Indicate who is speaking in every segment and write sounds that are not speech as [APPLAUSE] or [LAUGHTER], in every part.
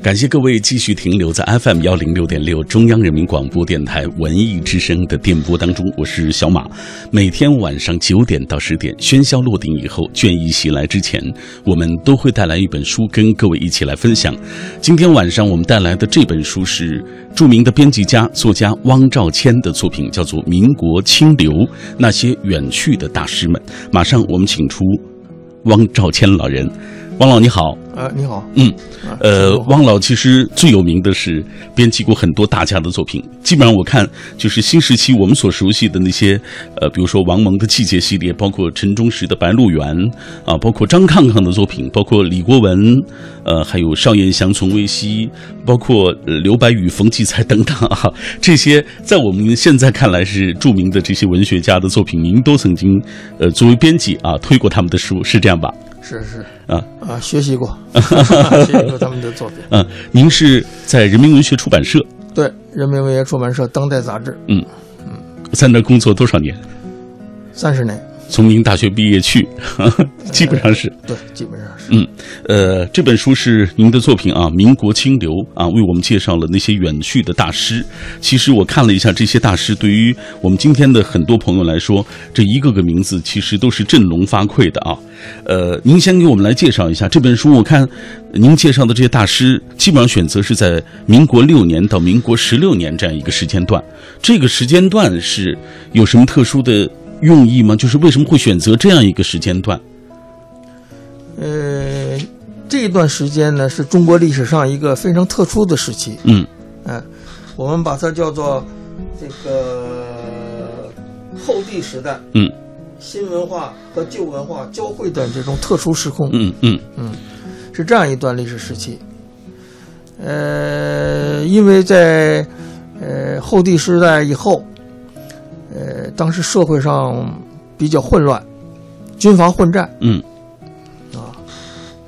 Speaker 1: 感谢各位继续停留在 FM 幺零六点六中央人民广播电台文艺之声的电波当中，我是小马。每天晚上九点到十点，喧嚣落定以后，倦意袭来之前，我们都会带来一本书跟各位一起来分享。今天晚上我们带来的这本书是著名的编辑家、作家汪兆谦的作品，叫做《民国清流：那些远去的大师们》。马上我们请出汪兆谦老人，汪老你好。
Speaker 2: 呃，你好，啊
Speaker 1: 嗯，呃，
Speaker 2: 汪。
Speaker 1: 汪老其实最有名的是编辑过很多大家的作品，基本上我看就是新时期我们所熟悉的那些，呃，比如说王蒙的《季节》系列，包括陈忠实的《白鹿原》，啊，包括张抗抗的作品，包括李国文，呃，还有邵燕祥、丛维熙，包括呃刘白羽、冯骥才等等 [LAUGHS] 啊，这些在我们现在看来是著名的这些文学家的作品，您都曾经呃作为编辑啊推过他们的书，是这样吧？
Speaker 2: 是是
Speaker 1: 啊
Speaker 2: 啊，学习
Speaker 1: [LAUGHS]
Speaker 2: 过，学习过他们的作品。
Speaker 1: 嗯、您是在人民文学出版社。
Speaker 2: 对，人民文学出版社《当代杂志
Speaker 1: 嗯在那儿工作多少年？》
Speaker 2: 三十年，
Speaker 1: 从您大学毕业去， [LAUGHS] 基本上是。
Speaker 2: 对，基本上是。
Speaker 1: 呃，这本书是您的作品啊，《民国清流》啊，为我们介绍了那些远去的大师。其实我看了一下这些大师，对于我们今天的很多朋友来说，这一个个名字其实都是振聋发聩的啊。呃，您先给我们来介绍一下这本书。我看您介绍的这些大师，基本上选择是在民国六年到民国十六年这样一个时间段。这个时间段是有什么特殊的用意吗？就是为什么会选择这样一个时间段？嗯
Speaker 2: 呃，这一段时间呢，是中国历史上一个非常特殊的时期。
Speaker 1: 嗯
Speaker 2: 嗯、我们把它叫做这个后帝时代
Speaker 1: 嗯
Speaker 2: 新文化和旧文化交汇的这种特殊时空。
Speaker 1: 嗯嗯
Speaker 2: 是这样一段历史时期。呃，因为在呃后帝时代以后，呃，当时社会上比较混乱，军阀混战，啊
Speaker 1: 嗯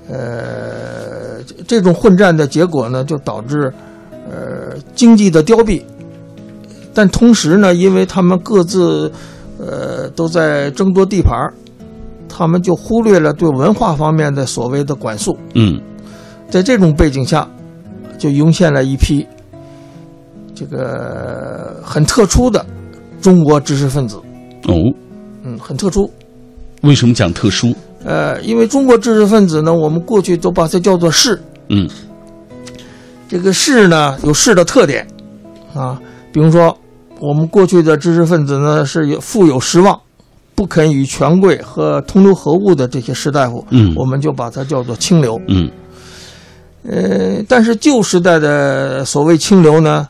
Speaker 2: 呃，这这种混战的结果呢，就导致呃经济的凋敝，但同时呢，因为他们各自呃都在争夺地盘儿，他们就忽略了对文化方面的所谓的管束。
Speaker 1: 嗯
Speaker 2: 在这种背景下，就涌现了一批这个很特殊的中国知识分子，
Speaker 1: 哦。
Speaker 2: 嗯，很特殊。
Speaker 1: 为什么讲特殊？
Speaker 2: 呃，因为中国知识分子呢，我们过去都把它叫做士，
Speaker 1: 嗯
Speaker 2: 这个士呢有士的特点啊，比如说我们过去的知识分子呢是有富有失望，不肯与权贵和同流合污的这些士大夫，
Speaker 1: 嗯
Speaker 2: 我们就把它叫做清流。
Speaker 1: 嗯
Speaker 2: 呃，但是旧时代的所谓清流呢，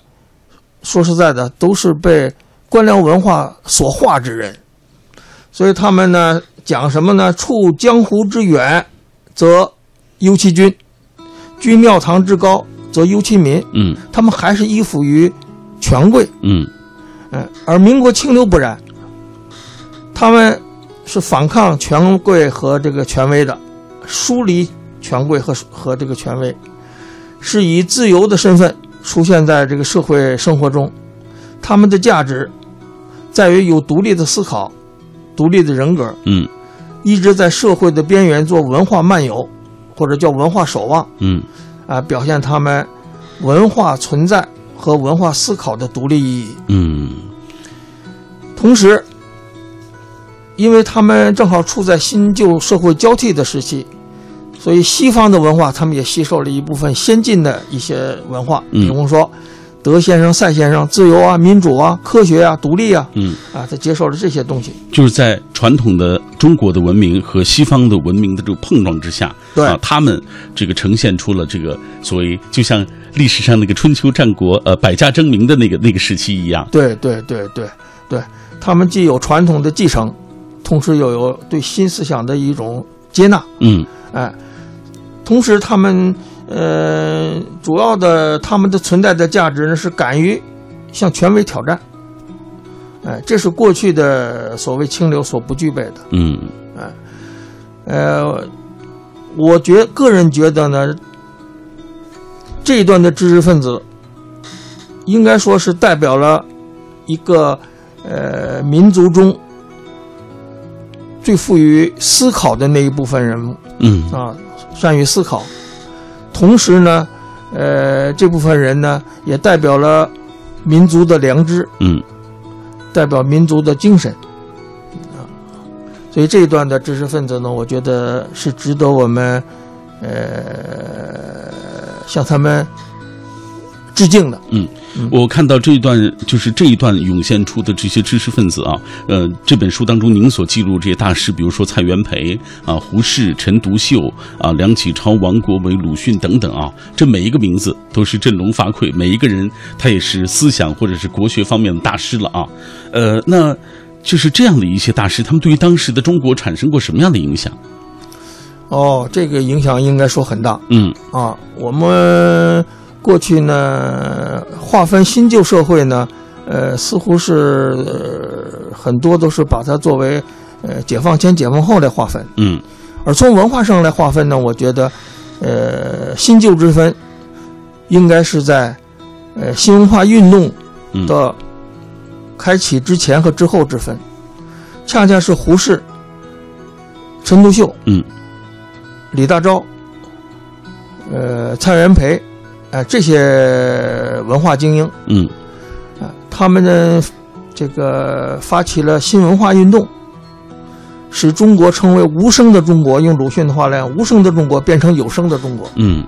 Speaker 2: 说实在的，都是被官僚文化所化之人，所以他们呢讲什么呢？处江湖之远，则忧其君；居庙堂之高，则忧其民。
Speaker 1: 嗯
Speaker 2: 他们还是依附于权贵，
Speaker 1: 嗯
Speaker 2: 嗯，而民国清流不然，他们是反抗权贵和这个权威的，疏离权贵和和这个权威，是以自由的身份出现在这个社会生活中。他们的价值在于有独立的思考、独立的人格，
Speaker 1: 嗯
Speaker 2: 一直在社会的边缘做文化漫游，或者叫文化守望
Speaker 1: 嗯
Speaker 2: 啊、表现他们文化存在和文化思考的独立意义。
Speaker 1: 嗯
Speaker 2: 同时，因为他们正好处在新旧社会交替的时期，所以西方的文化他们也吸收了一部分先进的一些文化，
Speaker 1: 嗯
Speaker 2: 比如说德先生、赛先生，自由啊、民主啊、科学啊、独立啊，
Speaker 1: 嗯，
Speaker 2: 啊，他接受了这些东西。
Speaker 1: 就是在传统的中国的文明和西方的文明的这个碰撞之下，
Speaker 2: 对
Speaker 1: 啊，他们这个呈现出了这个所谓就像历史上那个春秋战国呃百家争鸣的那个那个时期一样。
Speaker 2: 对对对对对，他们既有传统的继承，同时又有对新思想的一种接纳。
Speaker 1: 嗯
Speaker 2: 哎，同时他们呃主要的他们的存在的价值呢是敢于向权威挑战，哎，这是过去的所谓清流所不具备的。
Speaker 1: 嗯
Speaker 2: 呃，我觉个人觉得呢，这一段的知识分子应该说是代表了一个呃民族中最富于思考的那一部分人物。
Speaker 1: 嗯
Speaker 2: 啊，善于思考，同时呢，呃，这部分人呢，也代表了民族的良知，
Speaker 1: 嗯
Speaker 2: 代表民族的精神啊。所以这一段的知识分子呢，我觉得是值得我们呃向他们致敬的。
Speaker 1: 我看到这一段，就是这一段涌现出的这些知识分子啊，呃，这本书当中您所记录这些大师，比如说蔡元培啊、胡适、陈独秀啊、梁启超、王国维、鲁迅等等啊，这每一个名字都是振聋发聩，每一个人他也是思想或者是国学方面的大师了啊，呃，那就是这样的一些大师，他们对于当时的中国产生过什么样的影响？
Speaker 2: 哦，这个影响应该说很大
Speaker 1: 嗯
Speaker 2: 啊。我们过去呢，划分新旧社会呢，呃，似乎是、呃很多都是把它作为呃解放前、解放后来划分。
Speaker 1: 嗯
Speaker 2: 而从文化上来划分呢，我觉得，呃，新旧之分，应该是在，呃，新文化运动
Speaker 1: 嗯
Speaker 2: 的开启之前和之后之分，恰恰是胡适、陈独秀、
Speaker 1: 嗯
Speaker 2: 李大钊、呃，蔡元培，啊、这些文化精英啊、
Speaker 1: 嗯
Speaker 2: 他们呢，这个发起了新文化运动。使中国成为无声的中国，用鲁迅的话来讲，无声的中国变成有声的中国。
Speaker 1: 嗯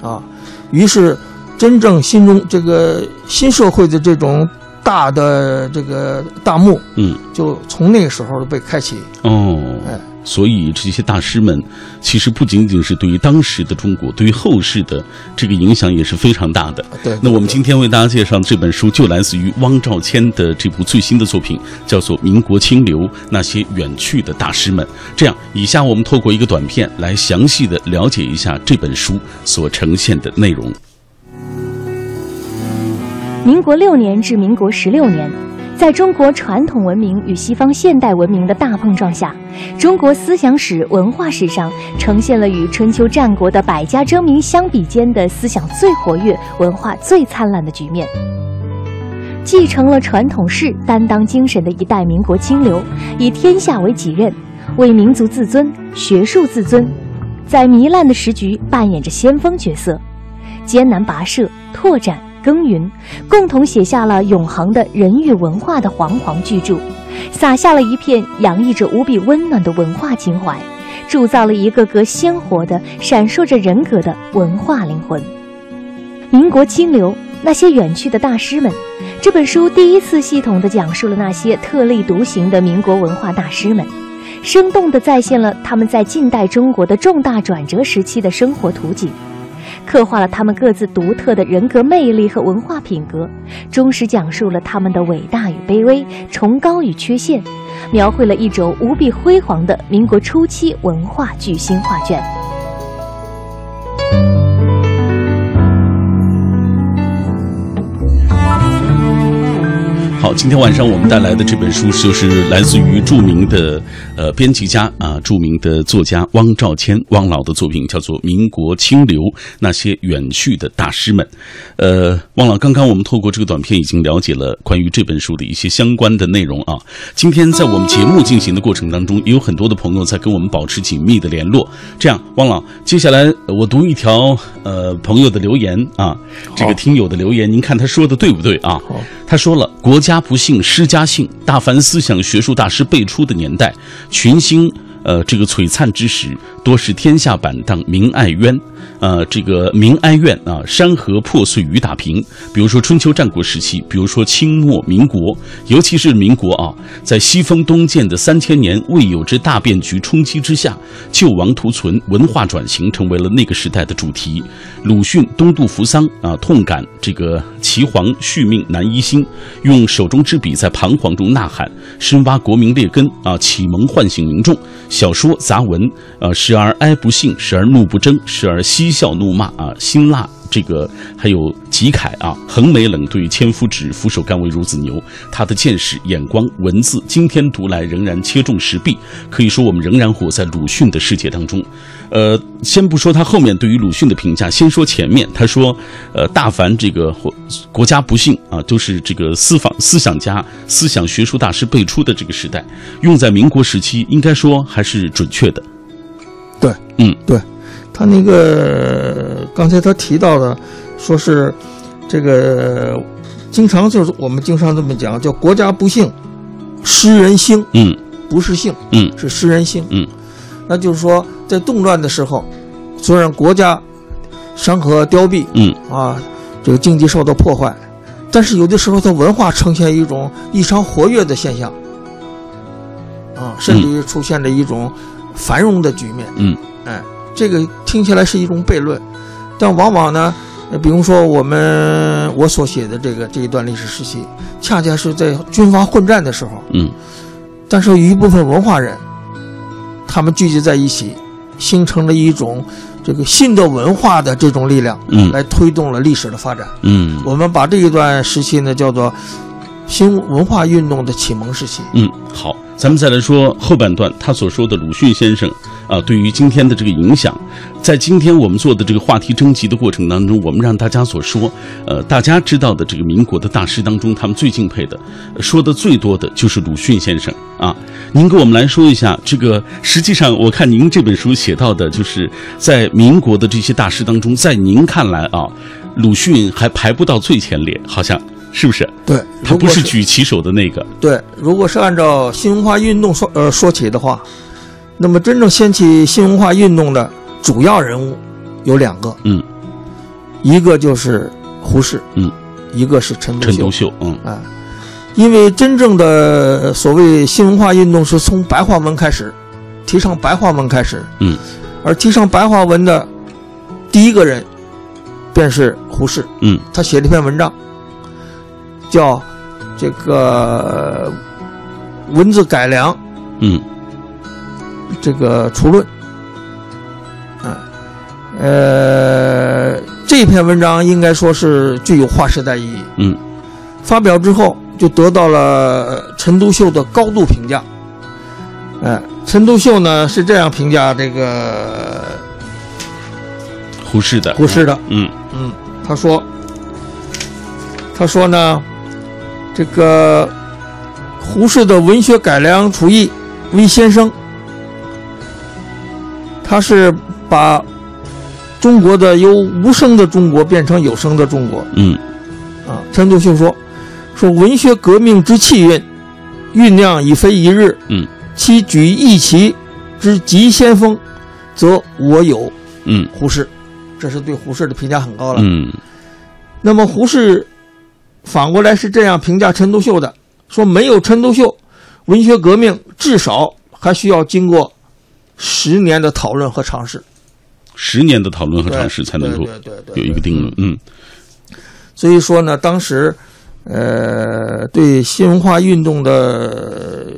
Speaker 2: 啊，于是真正新中这个新社会的这种大的这个大幕，
Speaker 1: 嗯，
Speaker 2: 就从那个时候被开启。
Speaker 1: 哦
Speaker 2: 哎，
Speaker 1: 所以这些大师们其实不仅仅是对于当时的中国，对于后世的这个影响也是非常大的。
Speaker 2: 对，
Speaker 1: 那我们今天为大家介绍这本书，就来自于汪兆谦的这部最新的作品，叫做《民国清流：那些远去的大师们》。这样，以下我们透过一个短片来详细的了解一下这本书所呈现的内容。
Speaker 3: 民国六年至民国十六年，在中国传统文明与西方现代文明的大碰撞下，中国思想史、文化史上呈现了与春秋战国的百家争鸣相比间的思想最活跃、文化最灿烂的局面。继承了传统式担当精神的一代民国清流，以天下为己任，为民族自尊、学术自尊，在糜烂的时局扮演着先锋角色。艰难跋涉、拓展、耕耘，共同写下了永恒的人与文化的煌煌巨著，撒下了一片洋溢着无比温暖的文化情怀，铸造了一个个鲜活的、闪烁着人格的文化灵魂。民国清流，那些远去的大师们。这本书第一次系统地讲述了那些特立独行的民国文化大师们，生动地再现了他们在近代中国的重大转折时期的生活图景。刻画了他们各自独特的人格魅力和文化品格，忠实讲述了他们的伟大与卑微、崇高与缺陷，描绘了一种无比辉煌的民国初期文化巨星画卷。
Speaker 1: 好，今天晚上我们带来的这本书就是来自于著名的呃编辑家啊，著名的作家汪兆谦汪老的作品，叫做《民国清流：那些远去的大师们》。呃，汪老，刚刚我们透过这个短片已经了解了关于这本书的一些相关的内容啊。今天在我们节目进行的过程当中，也有很多的朋友在跟我们保持紧密的联络。这样，汪老，接下来呃我读一条呃朋友的留言啊，这个
Speaker 2: 好
Speaker 1: 听友的留言，您看他说的对不对啊？
Speaker 2: 好
Speaker 1: 他说了：“国家不幸，诗家幸。大凡思想学术大师辈出的年代，群星呃这个璀璨之时，多是天下板荡，民哀冤。呃，这个民哀怨啊，山河破碎雨打平。比如说春秋战国时期，比如说清末民国，尤其是民国啊，在西风东渐的三千年未有之大变局冲击之下，救亡图存，文化转型成为了那个时代的主题。鲁迅、东渡扶桑啊，痛感这个岐黄续命难一心，用手中之笔在彷徨中呐喊，深挖国民劣根啊，启蒙唤醒民众。小说、杂文，呃，时而哀不幸，时而怒不争，时而嬉笑怒骂啊，辛辣这个还有吉凯啊，横眉冷对千夫指，俯首甘为孺子牛。他的见识、眼光、文字，今天读来仍然切中时弊。可以说，我们仍然活在鲁迅的世界当中。呃，先不说他后面对于鲁迅的评价，先说前面，他说，呃，大凡这个国国家不幸啊，都是这个思访思想家、思想学术大师辈出的这个时代，用在民国时期，应该说还是准确的。
Speaker 2: 对，
Speaker 1: 嗯，
Speaker 2: 对，他那个刚才他提到的，说是这个经常就是我们经常这么讲，叫国家不幸，诗人兴，
Speaker 1: 嗯
Speaker 2: 不是幸，
Speaker 1: 嗯
Speaker 2: 是诗人兴。
Speaker 1: 嗯，
Speaker 2: 那就是说，在动乱的时候，虽然国家山河凋敝
Speaker 1: 嗯
Speaker 2: 啊，这个经济受到破坏，但是有的时候它文化呈现一种异常活跃的现象，啊，甚至于出现了一种繁荣的局面。
Speaker 1: 嗯，
Speaker 2: 哎，这个听起来是一种悖论，但往往呢。呃比如说，我们我所写的这个这一段历史时期，恰恰是在军阀混战的时候，
Speaker 1: 嗯
Speaker 2: 但是有一部分文化人，他们聚集在一起，形成了一种这个新的文化的这种力量，
Speaker 1: 嗯
Speaker 2: 来推动了历史的发展。
Speaker 1: 嗯
Speaker 2: 我们把这一段时期呢叫做新文化运动的启蒙时期。
Speaker 1: 嗯，好，咱们再来说后半段，他所说的鲁迅先生啊、对于今天的这个影响，在今天我们做的这个话题征集的过程当中，我们让大家所说，呃，大家知道的这个民国的大师当中，他们最敬佩的、呃说的最多的就是鲁迅先生啊。您给我们来说一下这个，实际上我看您这本书写到的，就是在民国的这些大师当中，在您看来啊，鲁迅还排不到最前列，好像是不是？
Speaker 2: 对，
Speaker 1: 他
Speaker 2: 如
Speaker 1: 不
Speaker 2: 果
Speaker 1: 是举旗手的那个，
Speaker 2: 对，如果是按照新文化运动说呃说起的话，那么真正掀起新文化运动的主要人物有两个，
Speaker 1: 嗯，
Speaker 2: 一个就是胡适，
Speaker 1: 嗯，
Speaker 2: 一个是陈独
Speaker 1: 陈
Speaker 2: 秀
Speaker 1: 独。秀，嗯。
Speaker 2: 啊，因为真正的所谓新文化运动是从白话文开始，提倡白话文开始。
Speaker 1: 嗯，
Speaker 2: 而提倡白话文的第一个人便是胡适。
Speaker 1: 嗯，
Speaker 2: 他写了一篇文章，叫这个《文字改良
Speaker 1: 嗯
Speaker 2: 这个除论》。啊，呃，这篇文章应该说是具有划时代意义。
Speaker 1: 嗯
Speaker 2: 发表之后就得到了陈独秀的高度评价。呃，陈独秀呢是这样评价这个，
Speaker 1: 胡适的，
Speaker 2: 胡适的，
Speaker 1: 嗯
Speaker 2: 嗯，他说，他说呢，这个胡适的文学改良主义为先生，他是把中国的由无声的中国变成有声的中国。
Speaker 1: 嗯
Speaker 2: 啊，陈独秀说：“说文学革命之气运，酝酿已非一日。
Speaker 1: 嗯，
Speaker 2: 其举一旗之急先锋，则我有
Speaker 1: 嗯
Speaker 2: 胡适。”这是对胡适的评价很高了。
Speaker 1: 嗯
Speaker 2: 那么胡适反过来是这样评价陈独秀的：说没有陈独秀，文学革命至少还需要经过十年的讨论和尝试
Speaker 1: 十年的讨论和
Speaker 2: 对
Speaker 1: 尝试才能够
Speaker 2: 对对对对
Speaker 1: 有一个定论，嗯
Speaker 2: 所以说呢，当时，呃，对新文化运动的呃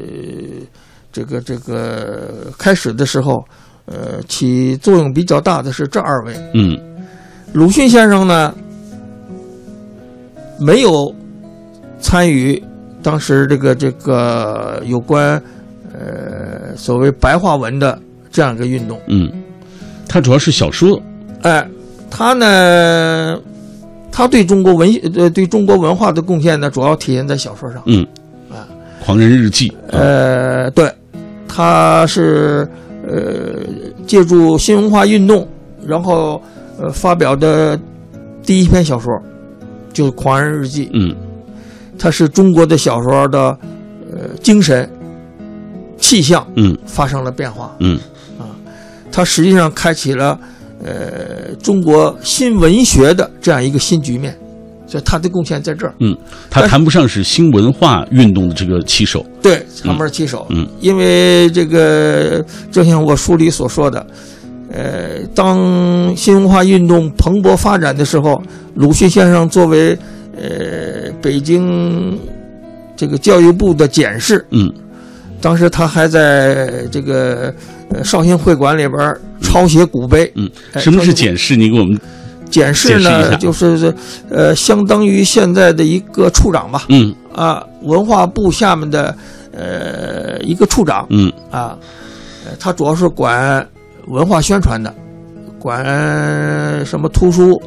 Speaker 2: 这个这个开始的时候，呃，起作用比较大的是这二位。
Speaker 1: 嗯
Speaker 2: 鲁迅先生呢，没有参与当时这个这个有关呃所谓白话文的这样一个运动。
Speaker 1: 嗯，他主要是小说，
Speaker 2: 哎，他呢，他对中国文学呃对中国文化的贡献呢，主要体现在小说上。
Speaker 1: 嗯
Speaker 2: 啊，
Speaker 1: 《狂人日记》啊，
Speaker 2: 呃，对，他是呃借助新文化运动，然后呃发表的第一篇小说，就是《狂人日记》，
Speaker 1: 嗯
Speaker 2: 它是中国的小说的呃精神气象
Speaker 1: 嗯
Speaker 2: 发生了变化，
Speaker 1: 嗯
Speaker 2: 它实际上开启了呃中国新文学的这样一个新局面，所以它的贡献在这儿。
Speaker 1: 嗯，他谈不上是新文化运动的这个旗手，
Speaker 2: 对，长门旗手，
Speaker 1: 嗯
Speaker 2: 因为这个，正像我书里所说的，呃，当新文化运动蓬勃发展的时候，鲁迅先生作为呃北京这个教育部的检视，
Speaker 1: 嗯
Speaker 2: 当时他还在这个呃绍兴会馆里边儿抄写古碑，
Speaker 1: 嗯，
Speaker 2: 哎
Speaker 1: 什么是
Speaker 2: 抄写
Speaker 1: 检视？你给我们，
Speaker 2: 检视
Speaker 1: 解释一
Speaker 2: 呢？
Speaker 1: 下
Speaker 2: 就是呃，相当于现在的一个处长吧，
Speaker 1: 嗯
Speaker 2: 啊，文化部下面的呃一个处长。
Speaker 1: 嗯
Speaker 2: 啊，呃，他主要是管文化宣传的，管什么图书、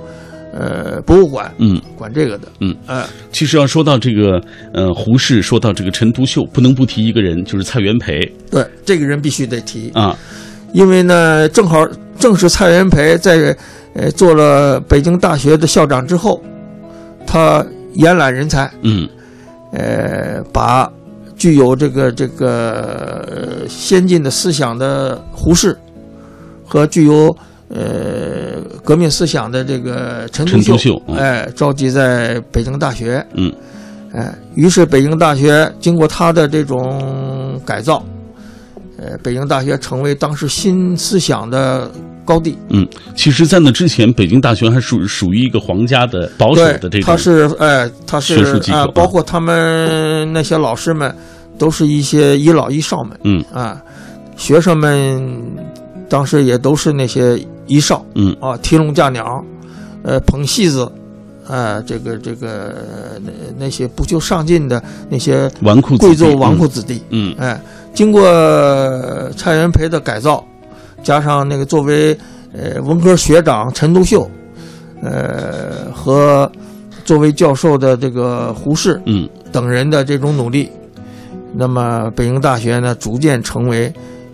Speaker 2: 呃博物馆，
Speaker 1: 嗯。
Speaker 2: 管这个的。
Speaker 1: 嗯，
Speaker 2: 呃，
Speaker 1: 其实要说到这个，呃，胡适，说到这个陈独秀，不能不提一个人，就是蔡元培
Speaker 2: 对，这个人必须得提，
Speaker 1: 啊。
Speaker 2: 因为呢，正好正是蔡元培在呃，做了北京大学的校长之后，他延揽人才，
Speaker 1: 嗯
Speaker 2: 呃，把具有这个这个呃先进的思想的胡适和具有呃革命思想的这个陈
Speaker 1: 陈独
Speaker 2: 独
Speaker 1: 秀
Speaker 2: 秀，
Speaker 1: 嗯
Speaker 2: 哎、召集在北京大学，
Speaker 1: 嗯，
Speaker 2: 哎、于是北京大学经过他的这种改造，呃，北京大学成为当时新思想的高地。
Speaker 1: 嗯。其实，在那之前，北京大学还属属于一个皇家的保守的这
Speaker 2: 对，
Speaker 1: 种
Speaker 2: 他，是哎，他是
Speaker 1: 学术机构
Speaker 2: 啊、
Speaker 1: 啊
Speaker 2: 包括他们那些老师们，都是一些一老一少们，
Speaker 1: 嗯
Speaker 2: 啊，学生们当时也都是那些一少
Speaker 1: 嗯
Speaker 2: 啊，提笼架鸟，呃，捧戏子，啊，这个这个那那些不求上进的那些
Speaker 1: 纨绔子弟
Speaker 2: 贵族纨绔，子弟，
Speaker 1: 嗯
Speaker 2: 哎，经过呃蔡元培的改造，加上那个作为呃文科学长陈独秀，呃和作为教授的这个胡适
Speaker 1: 嗯
Speaker 2: 等人的这种努力，那么北京大学呢逐渐成为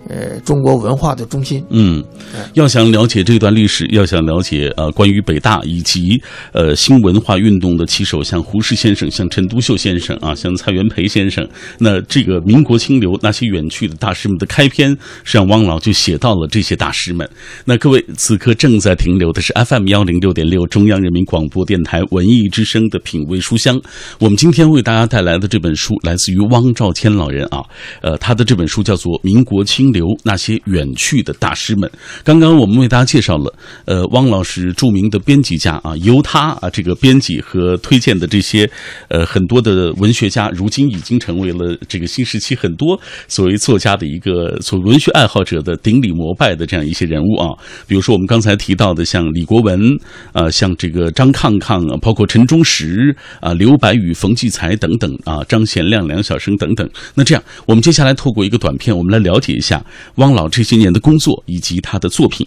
Speaker 2: 呃中国文化的中心。
Speaker 1: 嗯嗯。要想了解这段历史，要想了解呃关于北大以及呃新文化运动的旗手，像胡适先生、像陈独秀先生啊，像蔡元培先生，那这个民国清流那些远去的大师们的开篇，实际上汪老就写到了这些大师们。那各位此刻正在停留的是 FM 幺零六点六中央人民广播电台文艺之声的品味书香。我们今天为大家带来的这本书来自于汪兆谦老人啊，呃，他的这本书叫做《民国清流那些远去的大师们》。刚刚我们为大家介绍了，呃，汪老师著名的编辑家啊，由他啊这个编辑和推荐的这些呃很多的文学家，如今已经成为了这个新时期很多所谓作家的一个所谓文学爱好者的顶礼膜拜的这样一些人物啊。比如说我们刚才提到的，像李国文，呃，像这个张抗抗啊，包括陈忠实啊、刘白羽、冯骥才等等啊，张贤亮、梁晓声等等。那这样，我们接下来透过一个短片，我们来了解一下汪老这些年的工作以及他的作品。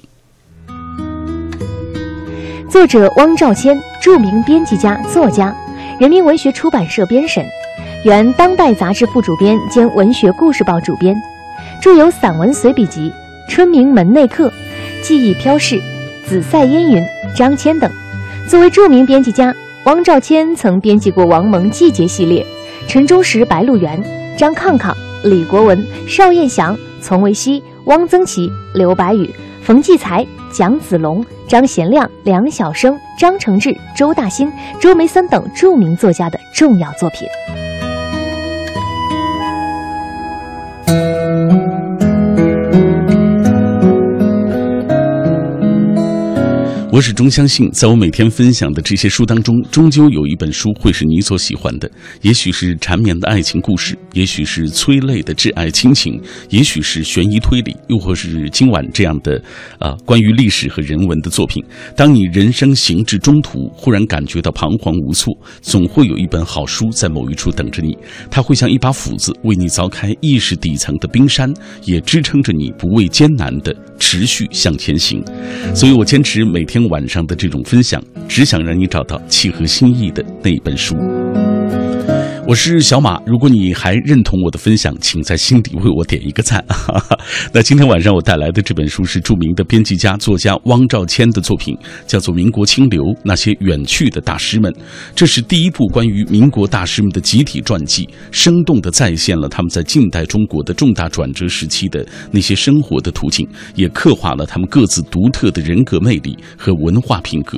Speaker 3: 作者汪兆谦，著名编辑家、作家，人民文学出版社编审，原《当代》杂志副主编兼《文学故事报》主编，著有散文随笔集《春明门内客》《记忆飘逝》《紫塞烟云》张骞等。作为著名编辑家，汪兆谦曾编辑过王蒙《季节》系列，陈忠实《白鹿原》，张抗抗、李国文、邵燕祥、丛维熙、汪曾祺、刘白羽、冯骥才、蒋子龙、张贤亮、梁晓声、张承志、周大兴、周梅森等著名作家的重要作品。
Speaker 1: 我始终相信，在我每天分享的这些书当中，终究有一本书会是你所喜欢的。也许是缠绵的爱情故事，也许是催泪的挚爱亲情，也许是悬疑推理，又或是今晚这样的啊、关于历史和人文的作品。当你人生行至中途，忽然感觉到彷徨无措，总会有一本好书在某一处等着你。它会像一把斧子，为你凿开意识底层的冰山，也支撑着你不畏艰难的持续向前行。所以我坚持每天晚上的这种分享，只想让你找到契合心意的那一本书。我是小马，如果你还认同我的分享，请在心底为我点一个赞。 [LAUGHS] 那今天晚上我带来的这本书是著名的编辑家、作家汪兆谦的作品，叫做《民国清流：那些远去的大师们》。这是第一部关于民国大师们的集体传记，生动地再现了他们在近代中国的重大转折时期的那些生活的途径，也刻画了他们各自独特的人格魅力和文化品格。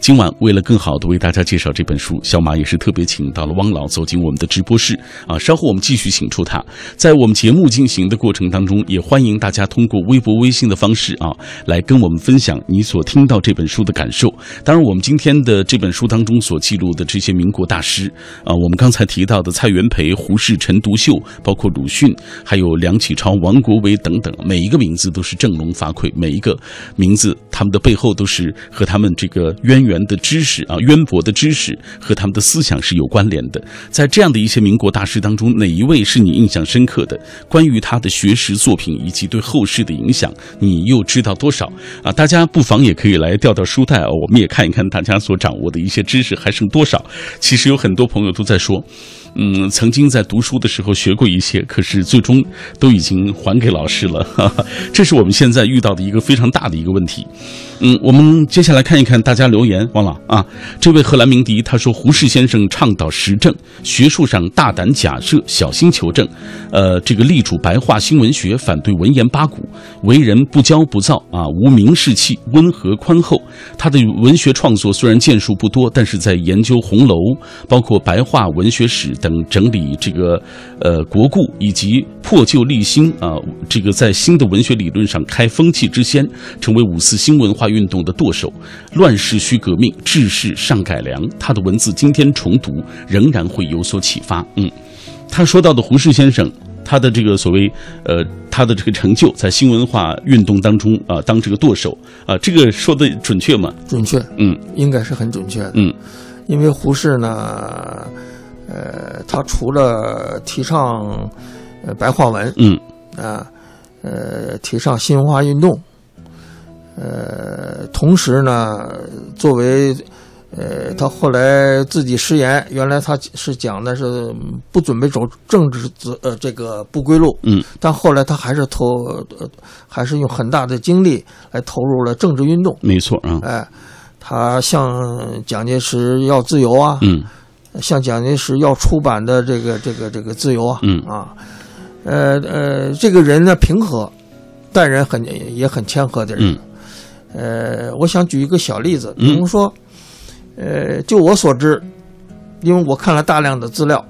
Speaker 1: 今晚为了更好地为大家介绍这本书，小马也是特别请到了汪老走进我们的直播室啊。稍后我们继续请出他，在我们节目进行的过程当中，也欢迎大家通过微博、微信的方式啊，来跟我们分享你所听到这本书的感受。当然，我们今天的这本书当中所记录的这些民国大师啊，我们刚才提到的蔡元培、胡适、陈独秀，包括鲁迅，还有梁启超、王国维等等，每一个名字都是振聋发聩，每一个名字他们的背后都是和他们这个渊源的知识啊、渊博的知识和他们的思想是有关联的。在这。这样的一些民国大师当中，哪一位是你印象深刻的？关于他的学识作品以及对后世的影响，你又知道多少啊？大家不妨也可以来调调书袋啊，我们也看一看大家所掌握的一些知识还剩多少。其实有很多朋友都在说。嗯，曾经在读书的时候学过一些，可是最终都已经还给老师了。 [LAUGHS] 哈哈这是我们现在遇到的一个非常大的一个问题。嗯，我们接下来看一看大家留言，王老啊，这位荷兰鸣笛他说胡适先生倡导实证，学术上大胆假设，小心求证，呃，这个力主白话新文学，反对文言八股，为人不骄不躁啊，无名士气，温和宽厚。他的文学创作虽然建树不多，但是在研究《红楼》包括白话文学史等整理这个呃国故以及破旧立新啊、这个在新的文学理论上开风气之先，成为五四新文化运动的舵手。乱世需革命，治世尚改良。他的文字今天重读，仍然会有所启发。嗯，他说到的胡适先生。他的这个所谓，呃，他的这个成就在新文化运动当中啊、当这个舵手啊、这个说的准确吗？
Speaker 2: 准确，
Speaker 1: 嗯，
Speaker 2: 应该是很准确的。
Speaker 1: 嗯，
Speaker 2: 因为胡适呢，呃，他除了提倡呃白话文
Speaker 1: 嗯
Speaker 2: 啊，呃，提倡新文化运动，呃，同时呢，作为呃，他后来自己失言，原来他是讲的是不准备走政治责呃这个不归路，
Speaker 1: 嗯，
Speaker 2: 但后来他还是投，呃、还是用很大的精力来投入了政治运动。
Speaker 1: 没错啊，
Speaker 2: 哎，他向蒋介石要自由啊，
Speaker 1: 嗯
Speaker 2: 向蒋介石要出版的这个这个这个自由啊，
Speaker 1: 嗯
Speaker 2: 啊，呃呃，这个人呢平和，待人很也很谦和的人。
Speaker 1: 嗯
Speaker 2: 呃，我想举一个小例子，
Speaker 1: 嗯
Speaker 2: 比如说，呃，就我所知，因为我看了大量的资料，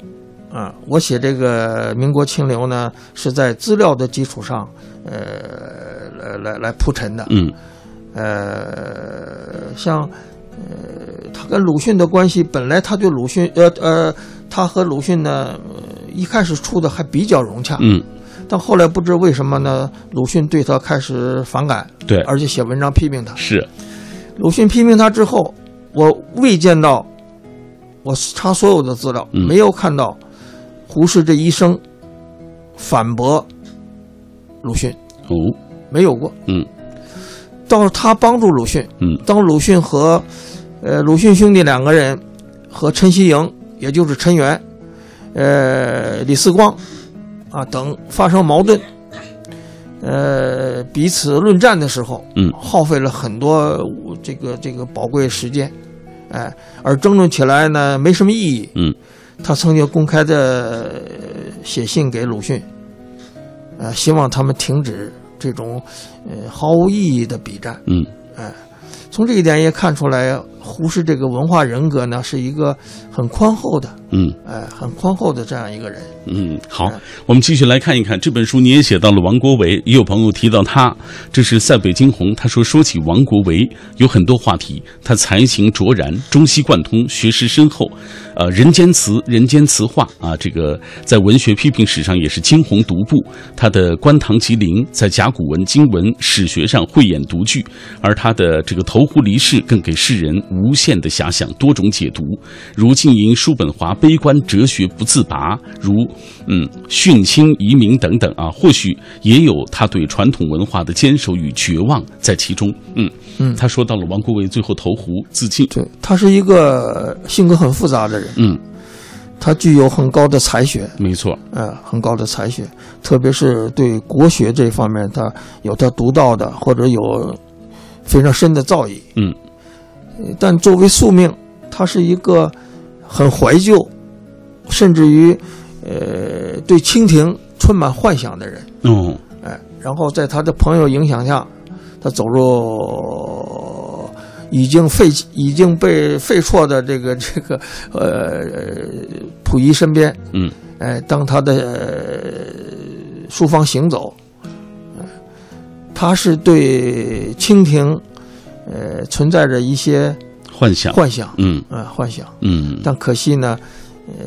Speaker 2: 啊，我写这个民国清流呢是在资料的基础上，呃，来来来铺陈的。
Speaker 1: 嗯
Speaker 2: 呃，像呃，他跟鲁迅的关系，本来他对鲁迅，呃呃，他和鲁迅呢，呃一开始处的还比较融洽，
Speaker 1: 嗯，
Speaker 2: 但后来不知为什么呢，鲁迅对他开始反感，
Speaker 1: 对，
Speaker 2: 而且写文章批评他。
Speaker 1: 是，哦
Speaker 2: 鲁迅批评他之后，我未见到，我查所有的资料，
Speaker 1: 嗯
Speaker 2: 没有看到胡适这一生反驳鲁迅，
Speaker 1: 哦，
Speaker 2: 没有过。
Speaker 1: 嗯
Speaker 2: 倒是他帮助鲁迅，
Speaker 1: 嗯
Speaker 2: 当鲁迅和呃鲁迅兄弟两个人和陈锡营，也就是陈元，呃李四光啊等发生矛盾，呃彼此论战的时候，
Speaker 1: 嗯
Speaker 2: 耗费了很多这个这个宝贵时间，哎、而争论起来呢没什么意义。
Speaker 1: 嗯，
Speaker 2: 他曾经公开的写信给鲁迅，呃，希望他们停止这种呃毫无意义的比战。哎
Speaker 1: 嗯
Speaker 2: 从这一点也看出来，胡适这个文化人格呢，是一个很宽厚的，
Speaker 1: 嗯。
Speaker 2: 哎、很宽厚的这样一个人。
Speaker 1: 嗯，好，我们继续来看一看这本书，你也写到了王国维，也有朋友提到他，这是塞北惊鸿。他说，说起王国维，有很多话题，他才情卓然，中西贯通，学识深厚，呃，人间词，人间词话啊，这个在文学批评史上也是惊鸿独步。他的《观堂集林》在甲骨文、金文史学上慧眼独具，而他的这个《投壶离世》更给世人无限的遐想，多种解读。如浸淫叔本华悲观哲学不自拔，如嗯殉清移民等等啊，或许也有他对传统文化的坚守与绝望在其中。嗯
Speaker 2: 嗯
Speaker 1: 他说到了王国维最后投壶自尽。
Speaker 2: 对他是一个性格很复杂的人，
Speaker 1: 嗯，
Speaker 2: 他具有很高的才学，
Speaker 1: 没错，
Speaker 2: 呃，很高的才学，特别是对国学这方面，他有他独到的或者有非常深的造诣。
Speaker 1: 嗯
Speaker 2: 呃，但作为宿命，他是一个很怀旧，甚至于呃对清廷充满幻想的人。
Speaker 1: 哦，
Speaker 2: 哎，然后在他的朋友影响下，他走入已经废弃、已经被废黜的这个这个呃溥仪身边，
Speaker 1: 嗯，
Speaker 2: 哎，当他的、呃、书房行走，哎他是对清廷呃存在着一些
Speaker 1: 幻想。
Speaker 2: 幻想，
Speaker 1: 嗯
Speaker 2: 啊、幻想。
Speaker 1: 嗯
Speaker 2: 但可惜呢，呃，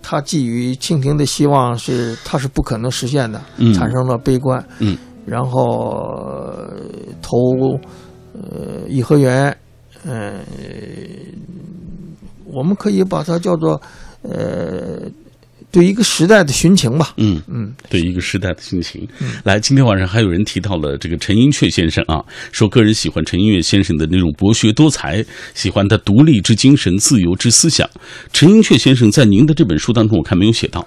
Speaker 2: 他寄予清廷的希望是他是不可能实现的，
Speaker 1: 嗯
Speaker 2: 产生了悲观。
Speaker 1: 嗯，
Speaker 2: 然后、呃投呃颐呃和园，嗯、我们可以把它叫做呃，对一个时代的寻情吧。
Speaker 1: 嗯
Speaker 2: 嗯，
Speaker 1: 对一个时代的心情。来，今天晚上还有人提到了这个陈寅恪先生啊，说个人喜欢陈寅恪先生的那种博学多才，喜欢他独立之精神、自由之思想。陈寅恪先生在您的这本书当中，我看没有写到。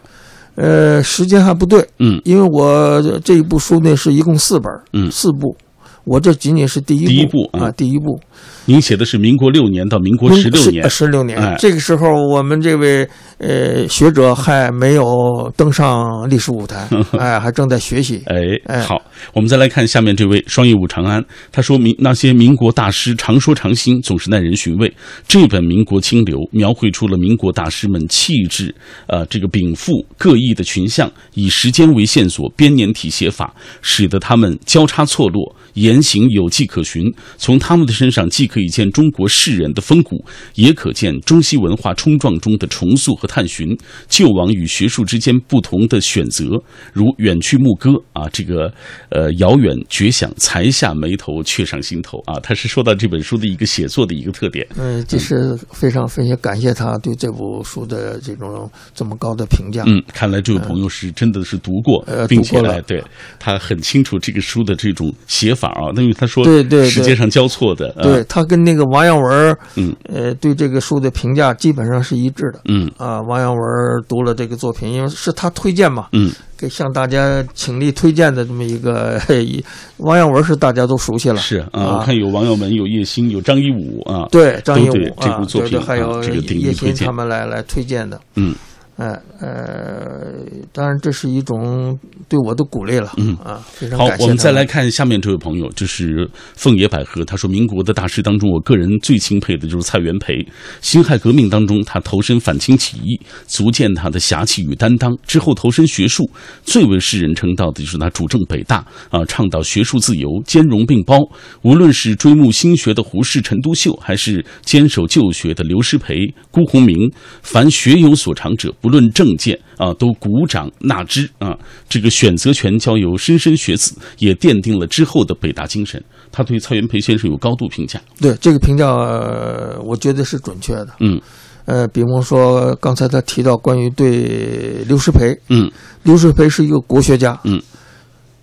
Speaker 2: 呃，时间还不对，
Speaker 1: 嗯，
Speaker 2: 因为我这一部书呢是一共四本，
Speaker 1: 嗯
Speaker 2: 四部，我这仅仅是第一
Speaker 1: 第一部啊
Speaker 2: 啊，第一部，
Speaker 1: 您写的是民国六年到民国十六年，
Speaker 2: 嗯十六年、
Speaker 1: 哎
Speaker 2: 这个时候我们这位呃学者还没有登上历史舞
Speaker 1: [LAUGHS]
Speaker 2: 台，哎，还正在学习。
Speaker 1: 哎，
Speaker 2: 哎
Speaker 1: 好，我们再来看下面这位双叶武长安，他说民那些民国大师常说常新，总是耐人寻味。这本《民国清流》描绘出了民国大师们气质，呃，这个禀赋各异的群像，以时间为线索编年体写法，使得他们交叉错落，言行有迹可循。从他们的身上，既可以见中国士人的风骨，也可见中西文化冲撞中的重塑和探寻，救亡与学术之间不同的选择，如远去牧歌啊，这个呃遥远绝响，才下眉头，却上心头啊。他是说到这本书的一个写作的一个特点。
Speaker 2: 嗯，这是非常非常感谢他对这部书的这种这么高的评价。
Speaker 1: 嗯，看来这位朋友是真的是读过，
Speaker 2: 呃
Speaker 1: 并且
Speaker 2: 读过了
Speaker 1: 来对他很清楚这个书的这种写法啊。那因为他说
Speaker 2: 对对对
Speaker 1: 时间上交错的，呃
Speaker 2: 对他跟那个王阳文，
Speaker 1: 嗯，
Speaker 2: 呃，对这个书的评价基本上是一致的。
Speaker 1: 嗯
Speaker 2: 啊，王阳文读了这个作品，因为是他推荐嘛，
Speaker 1: 嗯，
Speaker 2: 给向大家倾力推荐的这么一个。 [LAUGHS] 嘿一王阳文是大家都熟悉了，
Speaker 1: 是啊，
Speaker 2: 啊
Speaker 1: 我看有王耀文，有叶欣，有张一武啊，
Speaker 2: 对张艺
Speaker 1: 都对
Speaker 2: 武
Speaker 1: 这部
Speaker 2: 啊，
Speaker 1: 作
Speaker 2: 对
Speaker 1: 品
Speaker 2: 对，还
Speaker 1: 啊
Speaker 2: 有
Speaker 1: 这个鼎力
Speaker 2: 叶
Speaker 1: 推
Speaker 2: 欣
Speaker 1: 荐
Speaker 2: 他们来来推荐的，
Speaker 1: 嗯
Speaker 2: 哎呃，当然这是一种对我的鼓励了，
Speaker 1: 嗯
Speaker 2: 啊，非常
Speaker 1: 好
Speaker 2: 感，谢。
Speaker 1: 我们再来，看下面这位朋友，就是凤野百合。他说，民国的大师当中，我个人最钦佩的就是蔡元培。辛亥革命当中，他投身反清起义，足见他的侠气与担当。之后投身学术，最为世人称道的就是他主政北大啊，倡导学术自由，兼容并包。无论是追慕新学的胡适、陈独秀，还是坚守旧学的刘师培、辜鸿铭，凡学有所长者，不论政见啊，都鼓掌纳之啊。这个选择权交由莘莘学子，也奠定了之后的北大精神。他对蔡元培先生有高度评价。
Speaker 2: 对这个评价，呃我觉得是准确的。
Speaker 1: 嗯
Speaker 2: 呃，比方说刚才他提到关于对刘师培，
Speaker 1: 嗯
Speaker 2: 刘师培是一个国学家，
Speaker 1: 嗯，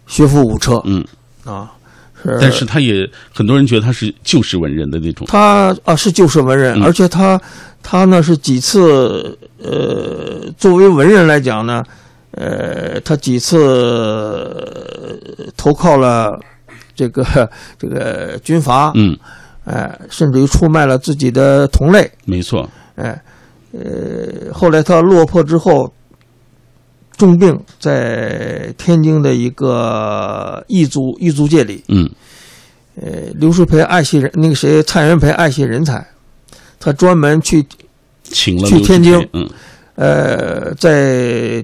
Speaker 2: 学富五车
Speaker 1: 嗯，
Speaker 2: 啊，是
Speaker 1: 但是他也很多人觉得他是旧式文人的那种。
Speaker 2: 他啊是旧式文人，
Speaker 1: 嗯
Speaker 2: 而且他他呢是几次呃，作为文人来讲呢，呃，他几次呃投靠了这个 [LAUGHS] 这个军阀，
Speaker 1: 嗯，
Speaker 2: 哎、甚至于出卖了自己的同类，
Speaker 1: 没错。
Speaker 2: 哎、呃，后来他落魄之后。重病在天津的一个异族异族界里，
Speaker 1: 嗯
Speaker 2: 呃，刘树培爱惜人，那个谁蔡元培爱惜人才，他专门去
Speaker 1: 请了
Speaker 2: 去
Speaker 1: 刘
Speaker 2: 天津
Speaker 1: 师培嗯
Speaker 2: 呃在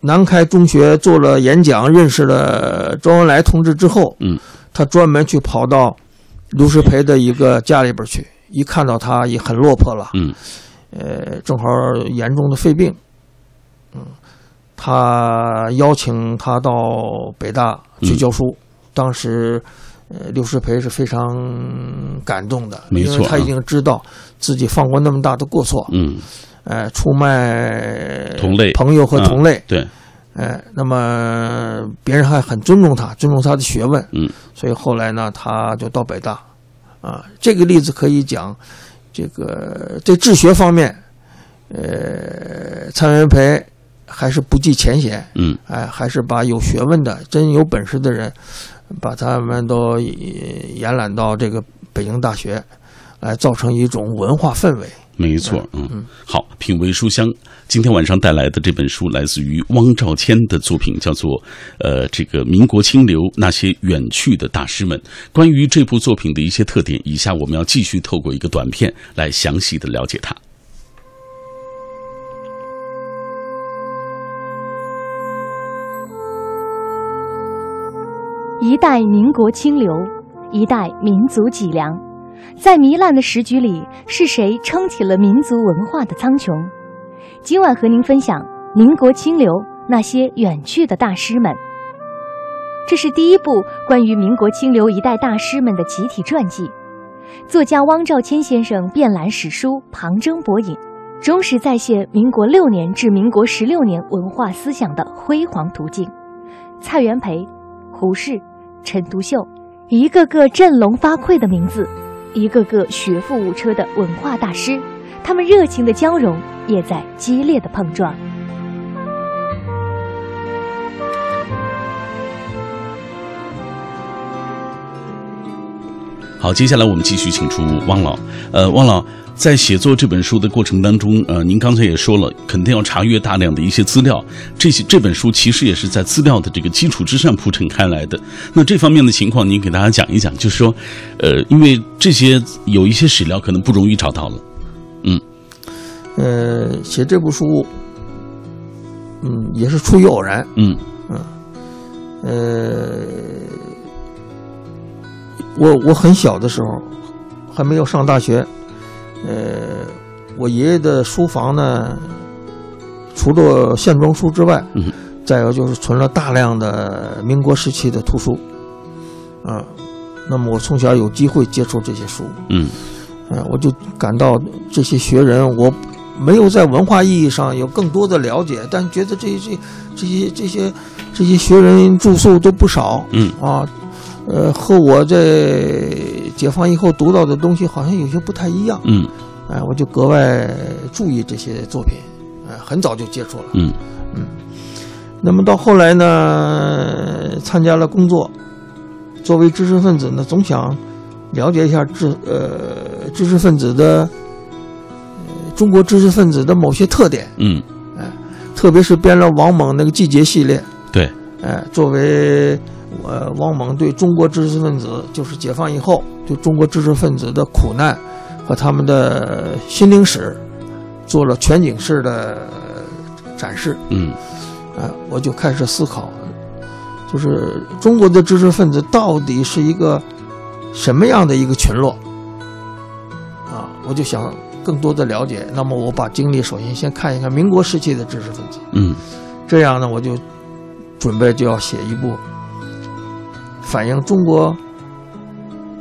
Speaker 2: 南开中学做了演讲，认识了周恩来同志之后，
Speaker 1: 嗯，
Speaker 2: 他专门去跑到刘树培的一个家里边去，一看到他也很落魄了，
Speaker 1: 嗯
Speaker 2: 呃，正好严重的肺病，嗯，他邀请他到北大去
Speaker 1: 嗯
Speaker 2: 教书，当时。呃，刘世培是非常感动的，
Speaker 1: 没
Speaker 2: 因
Speaker 1: 错
Speaker 2: 为
Speaker 1: 啊
Speaker 2: 他已经知道自己犯过那么大的过错，
Speaker 1: 嗯，
Speaker 2: 呃，出卖
Speaker 1: 同类嗯
Speaker 2: 朋友和同类，
Speaker 1: 对，
Speaker 2: 哎，那么别人还很尊重他，尊重他的学问，
Speaker 1: 嗯，
Speaker 2: 所以后来呢，他就到北大，啊，这个例子可以讲，这个在治学方面，呃，蔡元培还是不计前嫌，
Speaker 1: 嗯
Speaker 2: 哎，还是把有学问的、真有本事的人，把他们都呃延揽到这个北京大学，来造成一种文化氛围。
Speaker 1: 没错，嗯，好，品味书香。今天晚上带来的这本书来自于汪兆谦的作品，叫做《呃，这个民国清流那些远去的大师们》。关于这部作品的一些特点，以下我们要继续透过一个短片来详细的了解它。
Speaker 3: 一代民国清流，一代民族脊梁。在糜烂的时局里，是谁撑起了民族文化的苍穹？今晚和您分享民国清流那些远去的大师们。这是第一部关于民国清流一代大师们的集体传记，作家汪兆谦先生遍览史书，旁征博引，忠实再现民国六年至民国十六年文化思想的辉煌途径。蔡元培、胡适、陈独秀，一个个振聋发聩的名字，一个个学富五车的文化大师，他们热情的交融，也在激烈的碰撞。
Speaker 1: 好，接下来我们继续请出汪老。呃，汪老在写作这本书的过程当中，呃，您刚才也说了，肯定要查阅大量的一些资料。这些这本书其实也是在资料的这个基础之上铺陈开来的。那这方面的情况，您给大家讲一讲，就是说，呃，因为这些有一些史料可能不容易找到了。
Speaker 2: 呃，写这部书，嗯，也是出于偶然。
Speaker 1: 嗯
Speaker 2: 呃，我我很小的时候，还没有上大学，呃，我爷爷的书房呢，除了线装书之外，
Speaker 1: 嗯
Speaker 2: 再有就是存了大量的民国时期的图书，啊、那么我从小有机会接触这些书，
Speaker 1: 嗯
Speaker 2: 啊、我就感到这些学人，我没有在文化意义上有更多的了解，但觉得这这这些这些这些学人著述都不少
Speaker 1: 嗯
Speaker 2: 啊，呃，和我在解放以后读到的东西好像有些不太一样，
Speaker 1: 嗯
Speaker 2: 哎、我就格外注意这些作品，哎、很早就接触了。
Speaker 1: 嗯
Speaker 2: 那么到后来呢，参加了工作，作为知识分子呢，总想了解一下知呃知识分子的、呃中国知识分子的某些特点，
Speaker 1: 嗯，
Speaker 2: 特别是编了王蒙那个季节系列，
Speaker 1: 对，
Speaker 2: 哎、作为呃王蒙对中国知识分子，就是解放以后对中国知识分子的苦难和他们的心灵史，做了全景式的呃展示。
Speaker 1: 嗯
Speaker 2: 啊，我就开始思考，就是中国的知识分子到底是一个什么样的一个群落啊？我就想更多的了解。那么我把精力首先先看一看民国时期的知识分子，
Speaker 1: 嗯
Speaker 2: 这样呢，我就准备就要写一部反映中国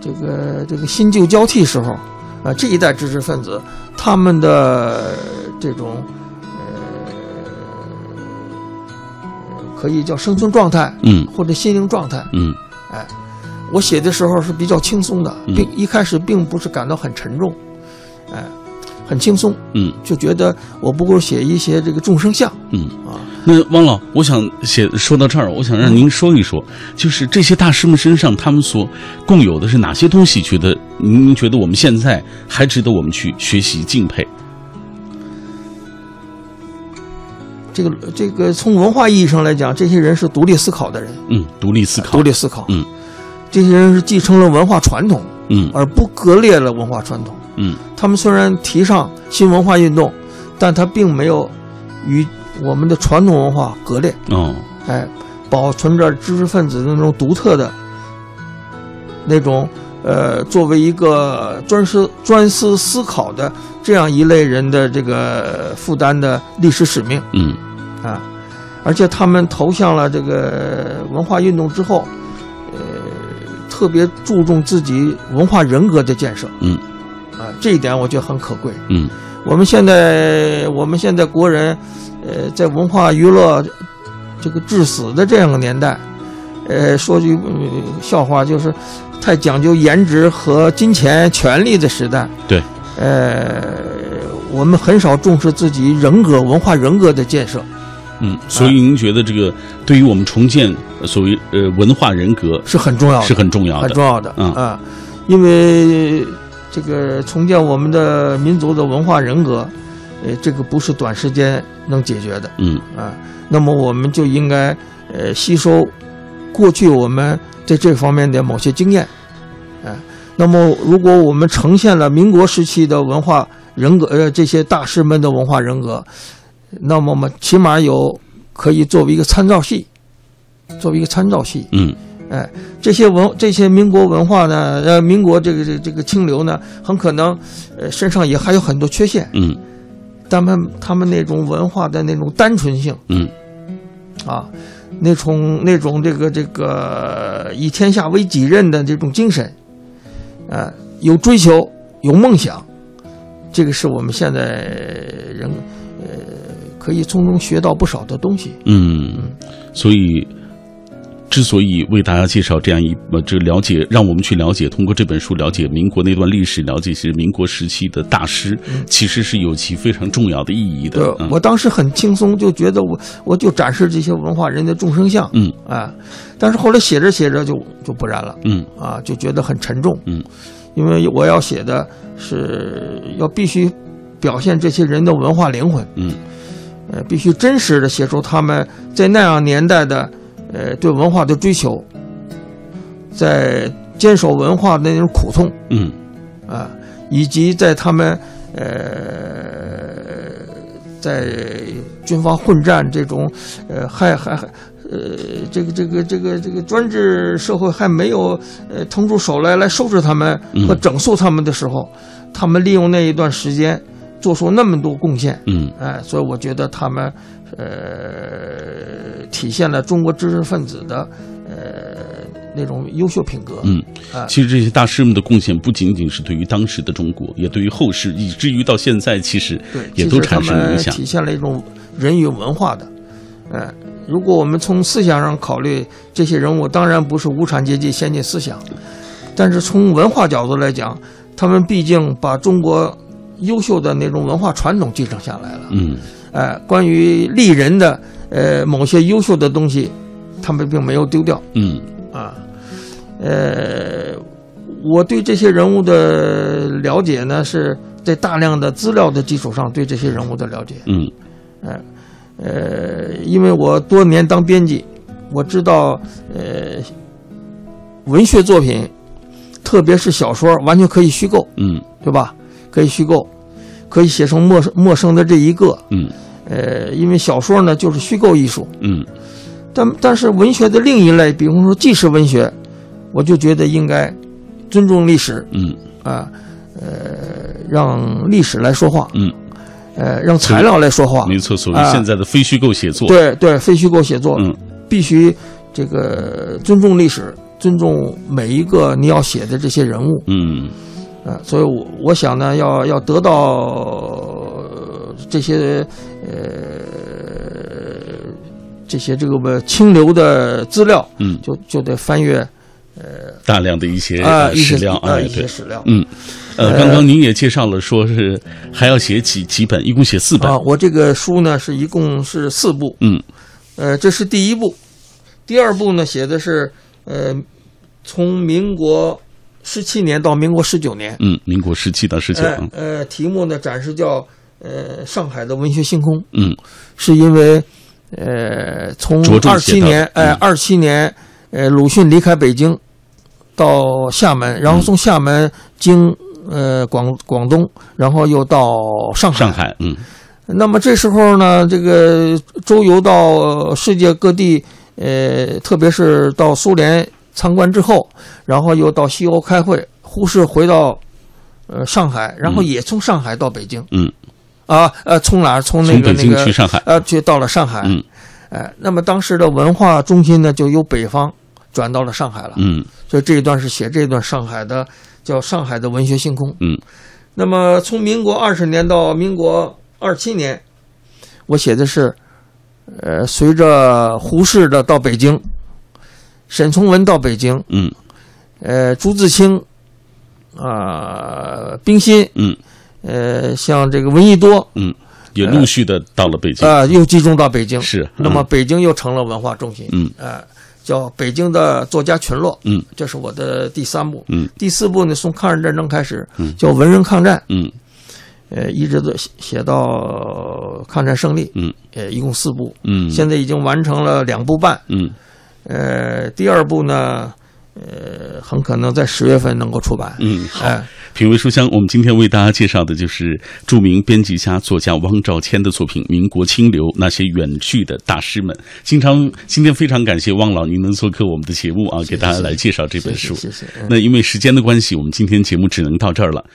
Speaker 2: 这个这个新旧交替时候啊这一代知识分子他们的这种呃可以叫生存状态
Speaker 1: 嗯
Speaker 2: 或者心灵状态。
Speaker 1: 嗯
Speaker 2: 我写的时候是比较轻松的，
Speaker 1: 嗯
Speaker 2: 并一开始并不是感到很沉重，哎、很轻松，
Speaker 1: 嗯。
Speaker 2: 就觉得我不过写一些这个众生相，
Speaker 1: 嗯
Speaker 2: 啊，
Speaker 1: 那汪老，我想写说到这儿，我想让您说一说，就是这些大师们身上他们所共有的是哪些东西？觉得您您觉得我们现在还值得我们去学习敬佩？
Speaker 2: 这个这个从文化意义上来讲，这些人是独立思考的人，
Speaker 1: 嗯，独立思考
Speaker 2: 独，立思考。
Speaker 1: 嗯，
Speaker 2: 这些人是继承了文化传统，
Speaker 1: 嗯
Speaker 2: 而不割裂了文化传统。
Speaker 1: 嗯
Speaker 2: 他们虽然提倡新文化运动，但他并没有与我们的传统文化割裂，
Speaker 1: 哦，
Speaker 2: 哎，保存着知识分子的那种独特的那种。呃，作为一个专思专思思考的这样一类人的这个负担的历史使命，
Speaker 1: 嗯
Speaker 2: 啊，而且他们投向了这个文化运动之后，呃，特别注重自己文化人格的建设。
Speaker 1: 嗯，
Speaker 2: 啊，这一点我觉得很可贵。
Speaker 1: 嗯
Speaker 2: 我们现在我们现在国人，呃，在文化娱乐这个致死的这样个年代，呃，说句、呃笑话，就是太讲究颜值和金钱、权力的时代。
Speaker 1: 对，
Speaker 2: 呃，我们很少重视自己人格、文化人格的建设。
Speaker 1: 嗯，所以
Speaker 2: 呃
Speaker 1: 您觉得这个对于我们重建呃所谓呃文化人格
Speaker 2: 是很重要的，
Speaker 1: 是很重要
Speaker 2: 很
Speaker 1: 的？
Speaker 2: 重要的
Speaker 1: 嗯
Speaker 2: 啊，因为这个重建我们的民族的文化人格，呃，这个不是短时间能解决的
Speaker 1: 嗯
Speaker 2: 啊。那么我们就应该呃吸收过去我们在这方面的某些经验，哎、那么如果我们呈现了民国时期的文化人格，呃，这些大师们的文化人格，那么我们起码有可以作为一个参照系，作为一个参照系。
Speaker 1: 嗯
Speaker 2: 哎，这些文这些民国文化呢，呃，民国这个这个这个清流呢，很可能，呃，身上也还有很多缺陷，
Speaker 1: 嗯
Speaker 2: 他们他们那种文化的那种单纯性
Speaker 1: 嗯
Speaker 2: 啊，那种那种这个这个以天下为呃己任的这种精神，啊，有追求，有梦想，这个是我们现在人呃可以从中学到不少的东西。
Speaker 1: 嗯，所以。之所以为大家介绍这样一呃，这了解，让我们去了解，通过这本书了解民国那段历史，了解一些民国时期的大师，其实是有其非常重要的意义的
Speaker 2: 嗯对。，
Speaker 1: 嗯
Speaker 2: 我当时很轻松，就觉得我我就展示这些文化人的众生相，
Speaker 1: 嗯
Speaker 2: 啊，但是后来写着写着就就不然了，
Speaker 1: 嗯
Speaker 2: 啊，就觉得很沉重，
Speaker 1: 嗯，
Speaker 2: 因为我要写的是要必须表现这些人的文化灵魂，
Speaker 1: 嗯，
Speaker 2: 呃，必须真实的写出他们在那样年代的呃对文化的追求，在坚守文化的那种苦痛，
Speaker 1: 嗯
Speaker 2: 啊，以及在他们呃在军阀混战这种呃还还还呃这个这个这个这个专制社会还没有呃腾出手来来收拾他们
Speaker 1: 嗯
Speaker 2: 和整肃他们的时候，他们利用那一段时间做出那么多贡献。
Speaker 1: 嗯
Speaker 2: 哎，所以我觉得他们，呃，体现了中国知识分子的，呃，那种优秀品格。
Speaker 1: 嗯
Speaker 2: 啊，
Speaker 1: 其实这些大师们的贡献不仅仅是对于当时的中国，也对于后世，以至于到现在，其实
Speaker 2: 对，
Speaker 1: 也
Speaker 2: 其
Speaker 1: 都
Speaker 2: 实
Speaker 1: 产
Speaker 2: 他
Speaker 1: 生
Speaker 2: 们
Speaker 1: 影响。
Speaker 2: 体现了一种人与文化的。嗯，如果我们从思想上考虑，这些人物当然不是无产阶级先进思想，但是从文化角度来讲，他们毕竟把中国优秀的那种文化传统继承下来了。
Speaker 1: 嗯
Speaker 2: 哎、关于丽人的呃某些优秀的东西，他们并没有丢掉。
Speaker 1: 嗯
Speaker 2: 啊，呃，我对这些人物的了解呢，是在大量的资料的基础上对这些人物的了解。
Speaker 1: 嗯
Speaker 2: 呃，因为我多年当编辑，我知道，呃，文学作品，特别是小说，完全可以虚构，
Speaker 1: 嗯
Speaker 2: 对吧？可以虚构，可以写成陌生陌生的这一个。
Speaker 1: 嗯
Speaker 2: 呃，因为小说呢就是虚构艺术，
Speaker 1: 嗯
Speaker 2: 但但是文学的另一类，比方说纪实文学，我就觉得应该尊重历史
Speaker 1: 嗯
Speaker 2: 啊，呃，让历史来说话，
Speaker 1: 嗯，
Speaker 2: 呃，让材料来说话，
Speaker 1: 没错，所谓
Speaker 2: 啊
Speaker 1: 现在的非虚构写作，
Speaker 2: 对对，非虚构写作、
Speaker 1: 嗯
Speaker 2: 必须这个尊重历史，尊重每一个你要写的这些人物
Speaker 1: 嗯
Speaker 2: 啊，所以我我想呢，要要得到呃这些呃这些这个清流的资料，
Speaker 1: 嗯，
Speaker 2: 就就得翻阅
Speaker 1: 大量的一些
Speaker 2: 啊
Speaker 1: 呃
Speaker 2: 一些
Speaker 1: 史料
Speaker 2: 啊
Speaker 1: 哎
Speaker 2: 一
Speaker 1: 对
Speaker 2: 些。史料
Speaker 1: 嗯，呃，刚刚您也介绍了，说是还要写几几本，一共写四本
Speaker 2: 啊。。我这个书呢是一共是四部，
Speaker 1: 嗯
Speaker 2: 呃，这是第一部，第二部呢写的是呃从民国十七年到民国十九年，
Speaker 1: 嗯，民国时期到十九，啊
Speaker 2: 呃呃，题目呢暂时叫呃上海的文学星空，
Speaker 1: 嗯
Speaker 2: 是因为呃从
Speaker 1: 着重
Speaker 2: 二
Speaker 1: 写
Speaker 2: 七
Speaker 1: 到
Speaker 2: 年
Speaker 1: 嗯
Speaker 2: 呃二七年呃鲁迅离开北京到厦门，
Speaker 1: 嗯
Speaker 2: 然后从厦门经呃广广东，然后又到上海。
Speaker 1: 上海，嗯
Speaker 2: 那么这时候呢，这个周游到世界各地，呃，特别是到苏联参观之后，然后又到西欧开会，胡适回到呃上海，然后也从上海到北京
Speaker 1: 嗯，
Speaker 2: 啊，呃，从哪儿？从那
Speaker 1: 从
Speaker 2: 个
Speaker 1: 北
Speaker 2: 那
Speaker 1: 京去
Speaker 2: 个
Speaker 1: 上海，
Speaker 2: 呃，去到了上海，
Speaker 1: 嗯
Speaker 2: 哎，那么当时的文化中心呢，就由北方转到了上海了。
Speaker 1: 嗯
Speaker 2: 所以这一段是写这一段上海的，叫上海的文学星空。
Speaker 1: 嗯，
Speaker 2: 那么从民国二十年到民国二七年，我写的是，呃，随着胡适的到北京，沈从文到北京，
Speaker 1: 嗯
Speaker 2: 呃，朱自清，啊、冰心，
Speaker 1: 嗯，
Speaker 2: 呃，像这个闻一多呃
Speaker 1: 也陆续的到了北京，
Speaker 2: 啊、又集中到北京。
Speaker 1: 是，
Speaker 2: 那么北京又成了文化中心。
Speaker 1: 嗯
Speaker 2: 呃，叫北京的作家群落。
Speaker 1: 嗯，
Speaker 2: 这是我的第三部。
Speaker 1: 嗯，
Speaker 2: 第四部呢，从抗日战争开始，叫文人抗战，
Speaker 1: 嗯
Speaker 2: 呃，一直都写写到抗战胜利。
Speaker 1: 嗯，
Speaker 2: 呃，一共四部，
Speaker 1: 嗯
Speaker 2: 现在已经完成了两部半。
Speaker 1: 嗯
Speaker 2: 呃，第二部呢，呃，很可能在十月份能够出版。
Speaker 1: 嗯，好。
Speaker 2: 哎，
Speaker 1: 品味书香，我们今天为大家介绍的就是著名编辑家、作家汪兆谦的作品《民国清流》，那些远去的大师们。经常今天非常感谢汪老您能做客我们的节目啊，给大家来介绍这本书。
Speaker 2: 谢谢。谢谢嗯
Speaker 1: 那因为时间的关系，我们今天节目只能到这儿了。